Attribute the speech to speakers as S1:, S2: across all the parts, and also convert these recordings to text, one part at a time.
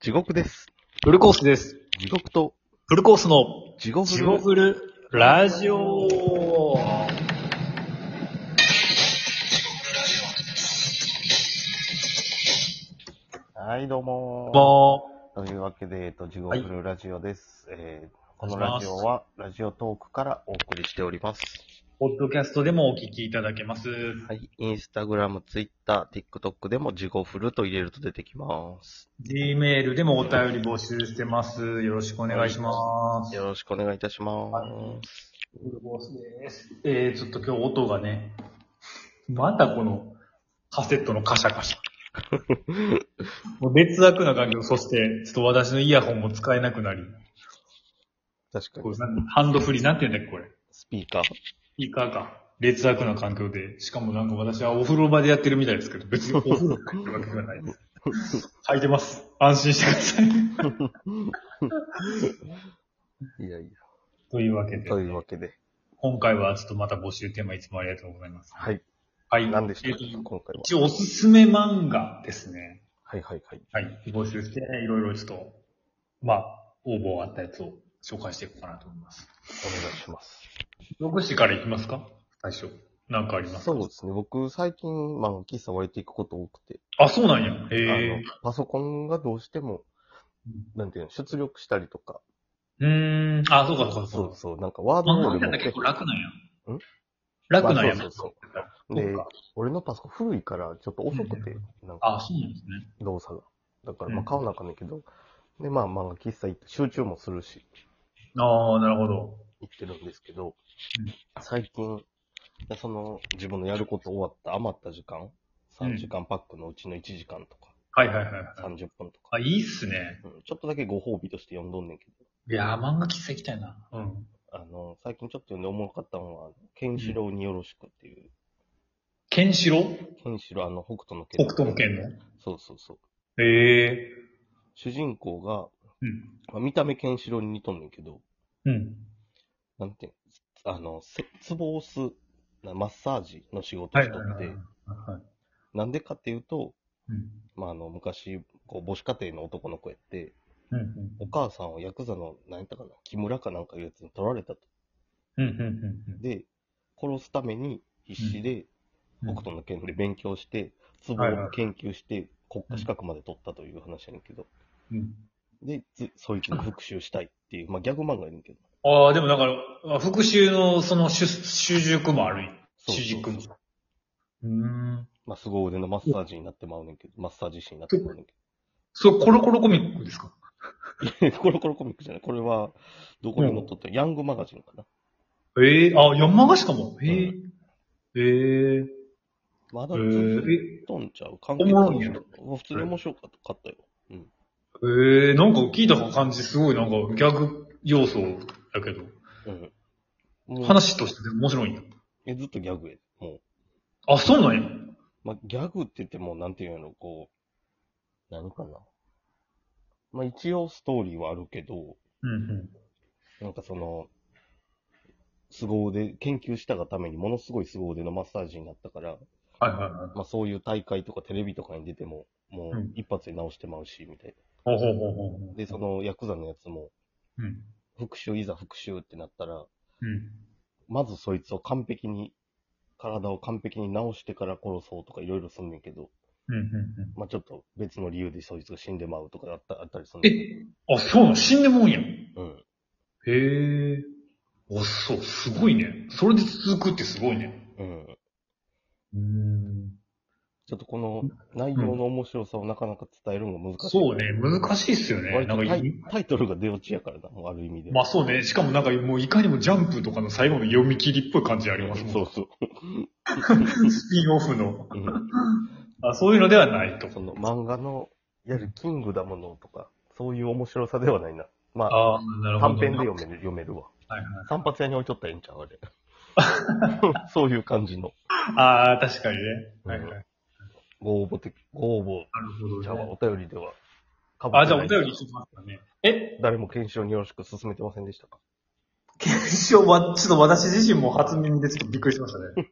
S1: 地獄です。
S2: フルコースです。
S1: 地獄と
S2: フルコースの
S1: 地獄
S2: ジゴブルラジオ。
S1: はい、どうもー
S2: も
S1: というわけで、えっと、地
S2: は
S1: 獄
S2: い
S1: ブルーラジオです。えーこ
S2: お願い
S1: のラ
S2: します
S1: ジオは、ラジオトークからお送りしております。
S2: ポッドキャストでもお聞きいただけます。
S1: はい、インスタグラム、ツイッター、ティックトックでも地獄フルと入れると出てきます。
S2: Gmail でもお便り募集してます。よろしくお願いします。
S1: よろしくお願いいたします。
S2: はいフルコースです。えー、ちょっと今日音がね、またこのカセットのカシャカシャ。もう劣悪な環境、そして、ちょっと私のイヤホンも使えなくなり、
S1: 確か
S2: こ
S1: に、
S2: れなんハンドフリー、なんて言うんだっけ、これ。
S1: スピーカー。
S2: いいかか。劣悪な環境で。しかもなんか私はお風呂場でやってるみたいですけど、別にお風呂でやってるわけではないです。履いてます。安心してください。
S1: いやいや。
S2: というわけで、
S1: というわけで、
S2: 今回はちょっとまた募集テーマいつもありがとうございます。
S1: はい。
S2: はい。
S1: 何でした
S2: え
S1: っ
S2: っ
S1: け
S2: と
S1: 今回は。
S2: 一応おすすめ漫画ですね。
S1: はいはいはい。
S2: はい。募集して、いろいろちょっと、まあ、応募あったやつを紹介していこうかなと思います。
S1: お願いします。
S2: 6時からいきますか最初。なんかありますか
S1: そうですね。僕、最近、まあ、喫茶割れていくこと多くて、
S2: あ、そうなんや。
S1: あの
S2: へえ。、
S1: パソコンがどうしても、なんていうの、出力したりとか、
S2: うーん。あ、そうかそうか
S1: そ
S2: そううか。
S1: そう、なんかワード
S2: 漫
S1: ボー
S2: 画みた
S1: ド持
S2: いな
S1: っ
S2: 結
S1: て
S2: 構、楽なんや。
S1: ん
S2: 楽なんや、
S1: まあそうそう
S2: そう
S1: で
S2: か、
S1: 俺のパソコン古いからちょっと遅くて、なんか
S2: あ、そうなんですね。
S1: 動作が。だから、
S2: う
S1: まあ、
S2: ん
S1: 買わなあかんねんけど、で、まあ、漫画喫茶行って集中もするし、
S2: ああ、なるほど。
S1: 行ってるんですけど、最近、その、自分のやること終わった余った時間、3時間パックのうちの1時間とか、
S2: はいはいはいはい。
S1: 30分とか、
S2: あ、いいっすね。
S1: うんちょっとだけご褒美として読んどんねんけど、
S2: いやー、漫画喫茶行きたいな。うん。
S1: あの、最近ちょっと読んでおもろかったのは、ケンシロウによろしくっていう、
S2: ケンシロウ
S1: ケンシロウ、あの、北斗の剣。
S2: 北斗の剣の。
S1: そうそうそう。
S2: ええ
S1: 主人公が、まあ、見た目ケンシロウに似とんねんけど、
S2: うん。うん。
S1: なんていうのあの、せツボを押す、なマッサージの仕事
S2: は
S1: を
S2: い
S1: しと
S2: はい
S1: っ
S2: はい
S1: て
S2: はい、。はい
S1: なんでかっていうと、
S2: うん。
S1: まあ、あの、昔、こう、母子家庭の男の子やって、
S2: うん
S1: お母さんをヤクザの、何やったかな、木村かなんかいうやつに取られたと。
S2: うん。うん。うん。
S1: で、殺すために必死で、
S2: うん。
S1: 北斗の剣で勉強して、ツボを研究して、国家資格まで取ったという話やねんけど、
S2: うん。
S1: で、つそいつに復讐したいっていう、まあ、ギャグ漫画やねんけど。
S2: ああ、でもなんか、あ復讐のその主、主軸もある。
S1: そう
S2: 主
S1: そう
S2: 軸
S1: そう
S2: も。うーん。
S1: まあ、凄腕のマッサージになってまうねんけど、マッサージ師になってまうねんけ
S2: それ、コロコロコミックですか
S1: ど。 コロコロコミックじゃない。これは、どこにもっとった、ヤングマガジンかな。
S2: ええあ、山菓子かも。ええええ
S1: ま
S2: え
S1: だ
S2: え
S1: 続い
S2: え
S1: とんちゃう関
S2: おもろいんや
S1: 普通に面白かったかったよ。
S2: えなんか聞いた感じ、すごいなんかギャグ要素だけど、
S1: うん。もう
S2: 話として面白いんや。
S1: えずっとギャグや。もう。
S2: あ、そうなんや。
S1: まあ、ギャグって言っても、なんていうの、こう、何かな。まあ、一応ストーリーはあるけど、
S2: うんうん。
S1: なんかその、凄腕、研究したがためにものすごい凄腕のマッサージになったから、
S2: はいはいはい。
S1: まあそういう大会とかテレビとかに出ても、も
S2: う
S1: うん一発で直してまうし、みたい
S2: ほうほうほうほ
S1: な。
S2: う。
S1: で、そのヤクザのやつも、
S2: うん。
S1: 復讐いざ復讐ってなったら、
S2: うん。
S1: まずそいつを完璧に、体を完璧に直してから殺そうとかいろいろすんねんけど、
S2: うんうんう
S1: まあちょっと別の理由でそいつが死んでまうとかあったあったりするん
S2: ん。
S1: ねんけ
S2: え、あ、そうなん、死んでもんや。へ
S1: ど。うん。
S2: え。あ、そう、すごいね。それで続くってすごいね。
S1: うん。
S2: うん。
S1: ちょっとこの内容の面白さをなかなか伝えるのが難しい。
S2: そうね、難しいっすよね。
S1: 割
S2: なん
S1: と
S2: か
S1: タイタイトルが出落ちやからな、もうある意味では。
S2: まあそうね。しかもなんかもういかにもジャンプとかの最後の読み切りっぽい感じありますもん。
S1: そうそう。
S2: スピンオフの。
S1: うん
S2: あそういうのではないと。
S1: その漫画の、いわゆるキングダムのとか、そういう面白さではないな。まあ、
S2: ああ、なるほど。
S1: 短編で読める、読めるわ。
S2: はいはい
S1: 散髪屋に置いとったらええんちゃうあ れ。そういう感じの。
S2: ああ、確かにね。はいは
S1: う
S2: い。なんる
S1: ご応募的、ご応募、
S2: ほ
S1: じゃあ
S2: ど、ね。
S1: お便りでは。
S2: あ、じゃあお便りしますかね。え
S1: 誰も検証によろしく進めてませんでしたか
S2: 検証は、 ちょっと私自身も初耳でちょっとびっくりしましたね。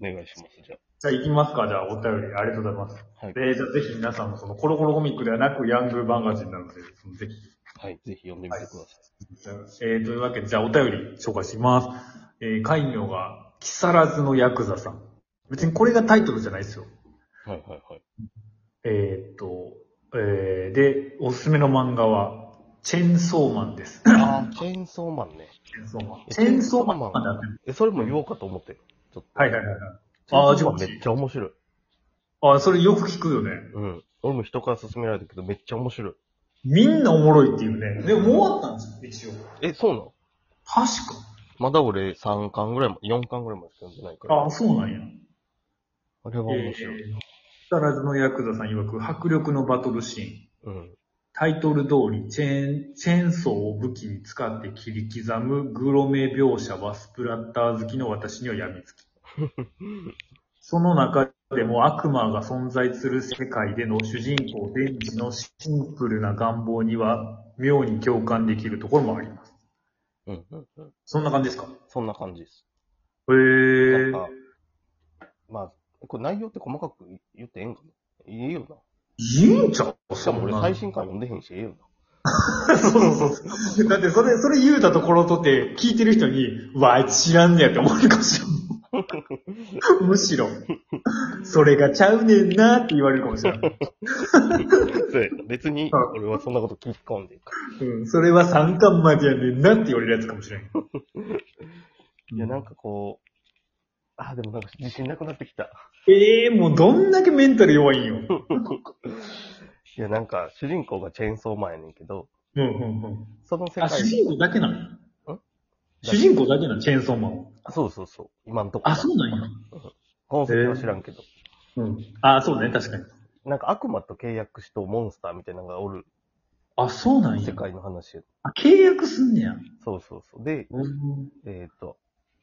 S1: お願いします、じゃあ。
S2: じゃあ行きますか、じゃあお便りありがとうございます。
S1: はい。
S2: で、じゃあぜひ皆さんもそのコロコロコミックではなくヤングバンガジンなので、そのぜひ
S1: はい。ぜひ読んでみてくださ
S2: えー、というわけで、じゃあお便り紹介します。えー、海名が、木更津のヤクザさん。別にこれがタイトルじゃないですよ。
S1: い。はい、はい、はい。
S2: えー、っと、えー、で、おすすめの漫画は、チェンソーマンです。
S1: あー、チェーンソーマンね。
S2: チェンソーマン。
S1: え
S2: チェンソーマン
S1: チェンソーマンえ、それも言おうかと思ってる。ちょっと。
S2: はいはいはいはい。ああ、
S1: チ
S2: じ
S1: ェーンソー
S2: ゃあ
S1: マンめっちゃ面白い。
S2: あーそれよく聞くよね。
S1: うん。俺も人から勧められたけど、めっちゃ面白い。
S2: みんなおもろいっていうね。でももうあったんですよ、一応。
S1: え、そうなの
S2: 確
S1: まだ俺3巻ぐらいも、4巻ぐらいまで読んでないか
S2: か。
S1: ら。
S2: ああ、そうなんや。
S1: あれは面白い。
S2: えー木更津のヤクザさん曰く、迫力のバトルシーン。
S1: うん。
S2: タイトル通り、チェーン、チェーンソーを武器に使って切り刻むグロメ描写はスプラッター好きの私には病み つき。その中でも悪魔が存在する世界での主人公デンジのシンプルな願望には妙に共感できるところもあります。
S1: うん、うん、うん。
S2: そんな感じですかへ
S1: そんな感じです。
S2: え
S1: なん
S2: ー
S1: か。、まあ、これ内容って細かく言ってええんかな。ええよ
S2: いいんちゃう
S1: な。しかも俺
S2: そんな
S1: 最新巻読んでへんし、ええよな。
S2: そうそうそう。だってそれ、それ言うたところとって、聞いてる人に、うわ、あいつ知らんねやって思うかもしれん。むしろ、それがちゃうねんなって言われるかもしれな い。
S1: そうやな別に俺はそんなこと聞き込んでるから。
S2: うん、それは三冠までやねんなって言われるやつかもしれん。
S1: いや、なんかこう、あ、でもなんか自信なくなってきた。
S2: ええー、もうどんだけメンタル弱いんよ。うん
S1: いや、なんか主人公がチェーンソーマンやねんけど、
S2: うんうん。
S1: その世
S2: あ、
S1: 界
S2: 主人公だけなの
S1: ん
S2: 主人公だけなのチェーンソーマンは。
S1: そうそうそう。今んとこ。
S2: あ、そうなんや。
S1: この先は知らんけど。
S2: うん。あ、そうね、確かに。
S1: なんか悪魔と契約しとモンスターみたいなのがおる
S2: あ、そうなんや
S1: 世。界の話や。
S2: あ、契約すんねや。
S1: そうそうそう。で、
S2: うん。
S1: えっ、と、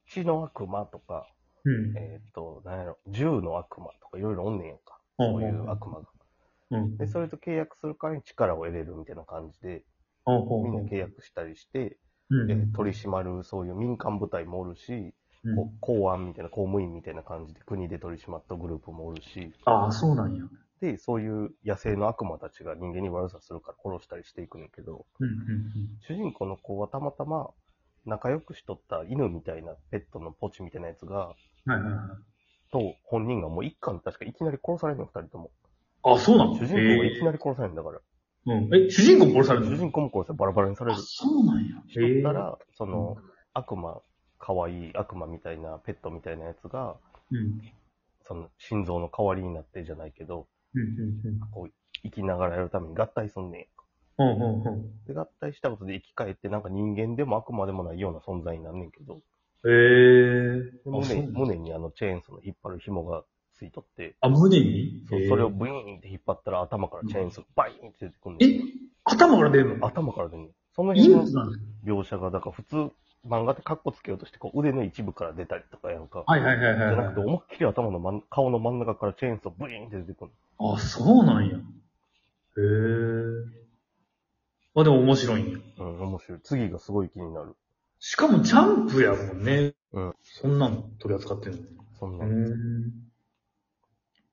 S1: 血の悪魔とか、
S2: うん。
S1: えっ、と、なんやろ、銃の悪魔とかいろいろおんねんやんか。
S2: うん
S1: そういう悪魔が。
S2: うん。
S1: で、それと契約するからに力を得れるみたいな感じで、
S2: ほうほう
S1: みん
S2: ほ
S1: な
S2: う
S1: 契約したりして、
S2: う
S1: で
S2: ん
S1: 取り締まるそういう民間部隊もおるし、
S2: うん
S1: こう公安みたいな公務員みたいな感じで国で取り締まったグループもおるし、
S2: ああ、そうなんや。
S1: で、そういう野生の悪魔たちが人間に悪さするから殺したりしていくねんけど、
S2: うんうん
S1: 主人公の子はたまたま仲良くしとった犬みたいなペットのポチみたいなやつが、
S2: うん。はいはいはい。
S1: と本人がもう一巻確かいきなり殺されるの二人とも。
S2: あ、そうなの
S1: 主人公がいき
S2: え
S1: なり殺されるんだから。
S2: ーうん。え、主人公殺される
S1: 主
S2: の
S1: 人公も殺されバラバラにされ
S2: あ、
S1: る。
S2: そうなんや。
S1: しとった
S2: へ
S1: ら、その悪魔、可愛い悪魔みたいなペットみたいなやつが、
S2: ーうん。
S1: その心臓の代わりになってじゃないけど、
S2: うんうんうん。
S1: こう生きながらやるために合体すんねんやんか。
S2: ほうほうほう。
S1: で、合体したことで生き返ってなんか人間でも悪魔でもないような存在になんねんけど、
S2: え
S1: で
S2: ー。あ、そ
S1: 胸
S2: うなんや
S1: 胸にあのチェーンソーの引っ張る紐がついとって、
S2: あ、胸に
S1: そう
S2: へー
S1: それをブイーンって引っ張ったら頭からチェーンソーバイーンって出てくる
S2: え、頭から出るの
S1: 頭から出るの。その
S2: いい
S1: 辺
S2: ん
S1: の
S2: ですなん
S1: 描写が、だから普通漫画ってカッコつけようとしてこう腕の一部から出たりとかやんか。
S2: はいはいはい
S1: じ
S2: は
S1: ゃ
S2: い
S1: な
S2: は
S1: くて
S2: い。
S1: 思いっきり頭の真ん顔の真ん中からチェーンソーブイーンって出てくる
S2: あ、そうなんや。へえ。あ、でも面白いんや。
S1: の。うん、面白い。次がすごい気になる。
S2: しかもジャンプやもんね。
S1: うん。
S2: そんなの取り扱ってんの
S1: そんな。
S2: うん。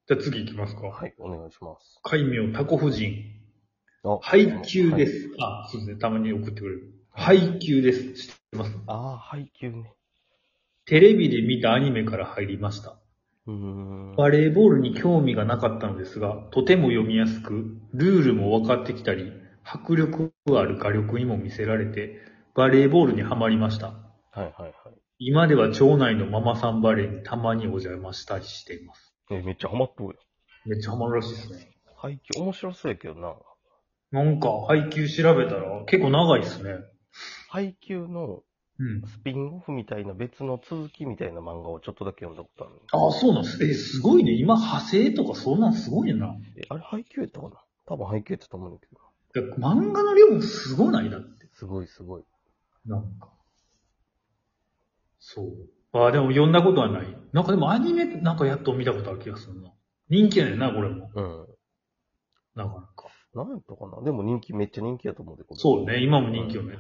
S2: じゃあ次行きますか。
S1: はい、お願いします。
S2: 海名タコ夫人。
S1: あ
S2: 配給で。す。あ、そうですね。たまに送ってくれる。配給です。知ってます。
S1: ああ、配給ね。
S2: テレビで見たアニメから入りました。
S1: うーん。
S2: バレーボールに興味がなかったのですが、とても読みやすく、ルールも分かってきたり、迫力ある画力にも見せられて、バレーボールにはまりました。
S1: はいはいはい。
S2: 今では町内のママさんバレーにたまにお邪魔したりしています。
S1: え、めっちゃハマっとる
S2: めっちゃハマるらしいですね。
S1: やん。配給面白そうやけどな。
S2: なんか配給調べたら結構長いですね。
S1: 配給の
S2: うん。
S1: スピンオフみたいな別の続きみたいな漫画をちょっとだけ読んだことあるの。
S2: ああ、そうなんす。え、すごいね。今、派生とかそんなんすごいな。
S1: え、あれ配給やったかな多分配給やったと思うんだけど。
S2: だから漫画の量もすごないだって。
S1: すごいすごい。
S2: なんか。そう。ああ、でも読んだことはない。なんかでもアニメなんかやっと見たことある気がするな。人気やねんな、これも。
S1: うん。
S2: なかなか。
S1: なんやったかなでも人気、めっちゃ人気やと思うで、これ
S2: そうね、今も人気よね。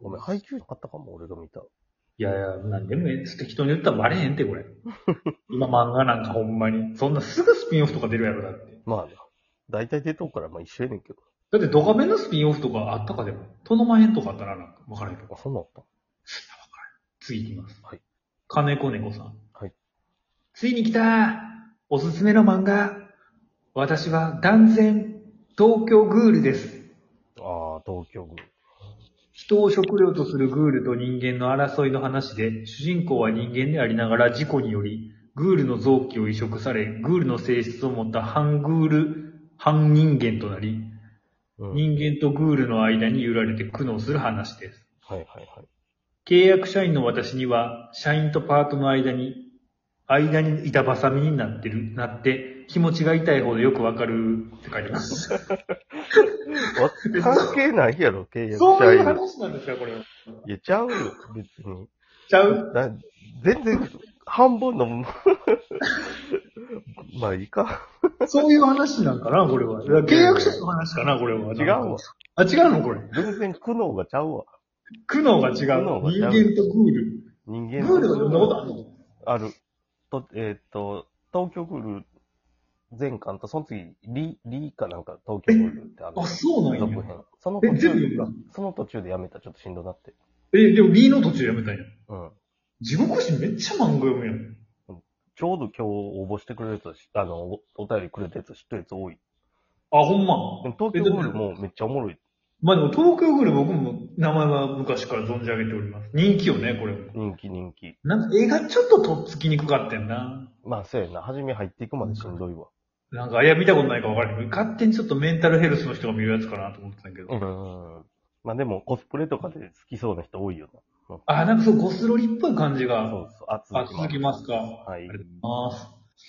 S1: ごめん、配給なかったかも、俺が見た。
S2: いやいや、なんでもええです。適当に言ったらバレへんって、 これ。今漫画なんかほんまに。そんなすぐスピンオフとか出るやろ、だって。
S1: まあな。大体出とくから、まあ一緒やねんけど。
S2: だってドカベンのスピンオフとかあったかでも。トノマ編とかあったらなんかわからへんけど
S1: あ、。そんなんあった
S2: 次行きます。
S1: はい。
S2: 金子猫さん。
S1: はい。
S2: ついに来たおすすめの漫画私は断然、東京グールです。
S1: ああ、東京軍。
S2: 人を食料とするグールと人間の争いの話で、主人公は人間でありながら事故により、グールの臓器を移植され、グールの性質を持った反グール、反人間となり、
S1: うん。はい
S2: 人間とグールの間に揺られて苦悩する話です。
S1: はいはい。
S2: 契約社員の私には、社員とパートの間に、間に板挟みになってる、なって、気持ちが痛いほどよくわかるって書いてま す。
S1: わ関係ないやろ、契約
S2: そういう
S1: 社員。
S2: 話なんですか、これ。
S1: いや、ちゃうよ、別に。
S2: ちゃう
S1: な全然、半分の、 まあいいか。
S2: そういう話なんかな、これは。だから契約社員の話かな、これは。
S1: 違うわ。
S2: あ、違うの、これ。
S1: 全然苦悩がちゃうわ。
S2: 苦悩が違
S1: 苦悩
S2: う。人
S1: が
S2: 間
S1: 違う
S2: とグール。
S1: 人間
S2: グールがどんなことあ
S1: る
S2: るの
S1: ある。と、えーっと、東京グール前巻と、その次、リ、リかなんか、東京グールってある
S2: あ、。そうなん
S1: 続
S2: や。
S1: 編。その
S2: え、
S1: 途
S2: 全
S1: 中、
S2: 部読んだ。
S1: その途中でやめた。ちょっとしんどなって。
S2: え、でも B の途中やめたんや。
S1: うん。
S2: 地獄神めっちゃ漫画読むやん。
S1: ちょうど今日応募してくれるやつ、あの、おお便りくれたやつ知ってるやつ多い。
S2: あ、ほん
S1: で
S2: ま。
S1: も東京グールもめっちゃおもろい。
S2: まあでも東京グル僕も名前は昔から存じ上げております。人気よね、これも。
S1: 人気人気。
S2: なんか絵がちょっととっつきにくかったよな。
S1: まあ、そうやな。初め入っていくまでしんどいわ。
S2: なんか、いや、見たことないか分からへん。勝手にちょっとメンタルヘルスの人が見るやつかなと思ってたんやけど。
S1: うん。まあでも、コスプレとかで好きそうな人多いよ
S2: あ、なんかそう、ゴスロリっぽい感じ
S1: な。そ
S2: が。
S1: うそう。暑い
S2: あ、続きますか。
S1: はい
S2: ありがとうございます。